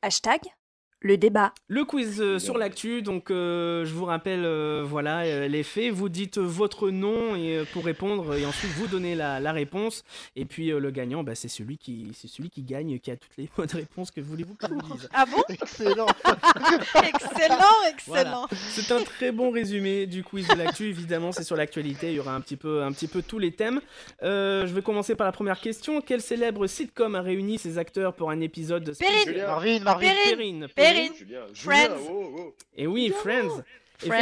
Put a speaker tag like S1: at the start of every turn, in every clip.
S1: Hashtag le débat.
S2: Le quiz euh, sur l'actu, donc euh, je vous rappelle euh, voilà euh, les faits. Vous dites votre nom et, euh, pour répondre et ensuite vous donnez la, la réponse. Et puis euh, le gagnant, bah, c'est celui qui c'est celui qui gagne, qui a toutes les bonnes réponses que voulez-vous que je vous dise.
S3: Ah bon
S4: Excellent.
S3: Excellent, excellent.
S2: C'est un très bon résumé du quiz de l'actu. Évidemment, c'est sur l'actualité. Il y aura un petit peu, un petit peu tous les thèmes. Euh, je vais commencer par la première question. Quel célèbre sitcom a réuni ses acteurs pour un épisode
S3: Perrine.
S2: spécial-
S4: Marvin, Marvin.
S3: Perrine.
S2: Perrine.
S3: Perrine.
S5: Julien, Julien,
S3: Friends.
S5: oh, oh.
S2: Et oui, Friends.
S3: Friends.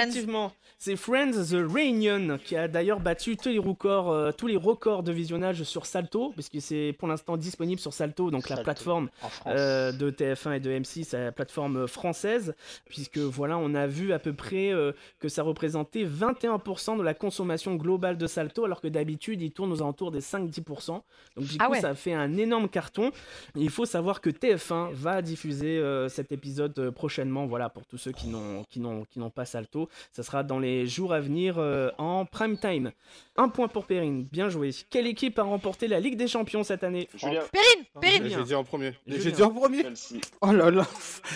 S2: Effectivement, c'est Friends The Reunion qui a d'ailleurs battu tous les records, euh, tous les records de visionnage sur Salto, parce que c'est pour l'instant disponible sur Salto, donc la
S4: Salto.
S2: plateforme
S4: En France.
S2: euh, de TF1 et de M6 à la plateforme française, puisque voilà, on a vu à peu près euh, que ça représentait 21% de la consommation globale de Salto, alors que d'habitude, il tourne aux alentours des 5-10%. Donc, du
S3: Ah
S2: coup,
S3: ouais.
S2: ça fait un énorme carton. Il faut savoir que TF1 va diffuser euh, cet épisode euh, prochainement, voilà, pour tous ceux qui n'ont, qui, n'ont, qui n'ont pas Salto. Ça sera dans les jours à venir euh, en prime time. Un point pour Perrine, bien joué. Quelle équipe a remporté la Ligue des Champions cette année
S5: Julien,
S3: Perrine, Perrine.
S2: Julien.
S6: J'ai dit en premier.
S2: Julien.
S6: J'ai dit en premier.
S5: Chelsea.
S6: Oh là là.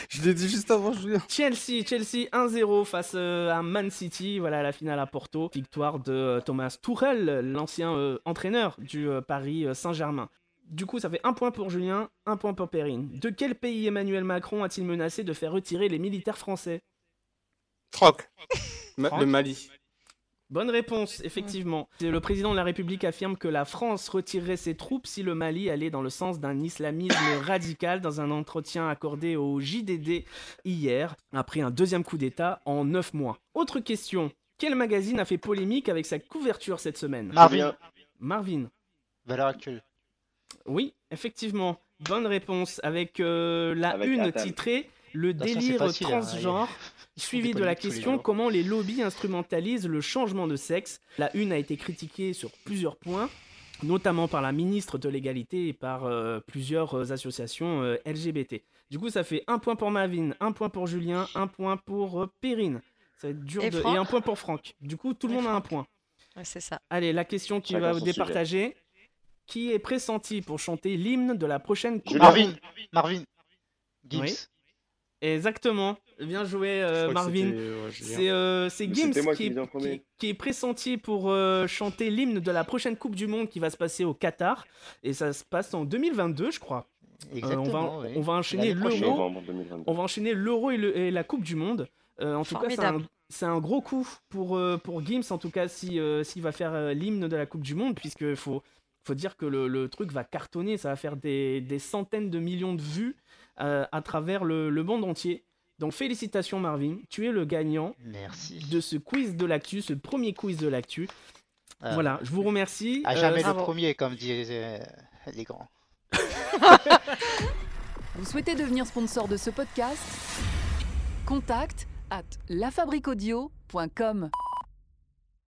S6: Je l'ai dit juste avant, Julien.
S2: Chelsea, Chelsea 1-0 face euh, à Man City, voilà la finale à Porto, victoire de euh, Thomas Tuchel, l'ancien euh, entraîneur du euh, Paris euh, Saint-Germain. Du coup, ça fait un point pour Julien, un point pour Perrine. De quel pays Emmanuel Macron a-t-il menacé de faire retirer les militaires français
S6: Troc. Ma-
S2: Franck.
S6: le Mali.
S2: Bonne réponse, effectivement. Le président de la République affirme que la France retirerait ses troupes si le Mali allait dans le sens d'un islamisme radical dans un entretien accordé au JDD hier, après un deuxième coup d'État en 9 mois. Autre question, quel magazine a fait polémique avec sa couverture cette semaine
S4: Marvin.
S5: Julien,
S2: Marvin.
S4: Valeur actuelle.
S2: Oui, effectivement. Bonne réponse avec euh, la
S5: Avec
S2: une
S5: Attal.
S2: titrée Le
S4: toute façon, c'est
S2: délire
S4: facile, hein,
S2: transgenre. Suivi de la
S4: polémiques tous les
S2: question
S4: jours.
S2: comment les lobbies instrumentalisent le changement de sexe. La une a été critiquée sur plusieurs points, notamment par la ministre de l'égalité et par euh, plusieurs euh, associations euh, LGBT. Du coup, ça fait un point pour Mavin, un point pour Julien, un point pour euh, Perrine. Ça va être dur
S3: Et
S2: de-
S3: Franck
S2: et un point pour Franck. Du coup, tout le
S3: Et
S2: monde a un
S3: Franck.
S2: point.
S3: Ouais, c'est ça.
S2: Allez, la question qui
S5: Chacun
S2: va
S5: son
S2: vous départager. Qui est pressenti pour chanter l'hymne de la prochaine Coupe
S5: Julien.
S2: du
S4: Marvin.
S2: Monde
S4: Marvin. Gibbs.
S2: Oui. Exactement. Bien joué, euh,
S6: Je crois que
S2: Marvin.
S6: c'était, ouais, Julien.
S2: C'est euh, c'est
S5: Mais
S2: Gims
S5: c'était moi
S2: qui,
S5: qui l'ai dit en premier.
S2: qui- qui est pressenti pour euh, chanter l'hymne de la prochaine Coupe du Monde qui va se passer au Qatar. Et ça se passe en 2022, je crois. Euh, on, va,
S4: Exactement. oui.
S2: on va enchaîner
S5: Ah,
S4: L'année prochaine.
S2: l'euro.
S5: novembre 2022.
S2: On va enchaîner l'euro et, le- et la Coupe du Monde. Euh, en tout cas, c'est un,
S3: Formidable.
S2: c'est un gros coup pour, euh, pour Gims, en tout cas, s'il si, euh, s'il va faire euh, l'hymne de la Coupe du Monde, puisqu'il faut, faut dire que le, le truc va cartonner, ça va faire des, des centaines de millions de vues euh, à travers le, le monde entier. Donc félicitations Marvin, tu es le gagnant
S4: Merci.
S2: de ce quiz de l'actu, ce premier quiz de l'actu.
S4: Ah.
S2: Voilà, je vous remercie.
S4: À
S2: Euh,
S4: jamais le
S2: bravo.
S4: premier, comme disaient euh, les grands.
S7: Vous souhaitez devenir sponsor de ce podcast Contact à lafabriquaudio.com.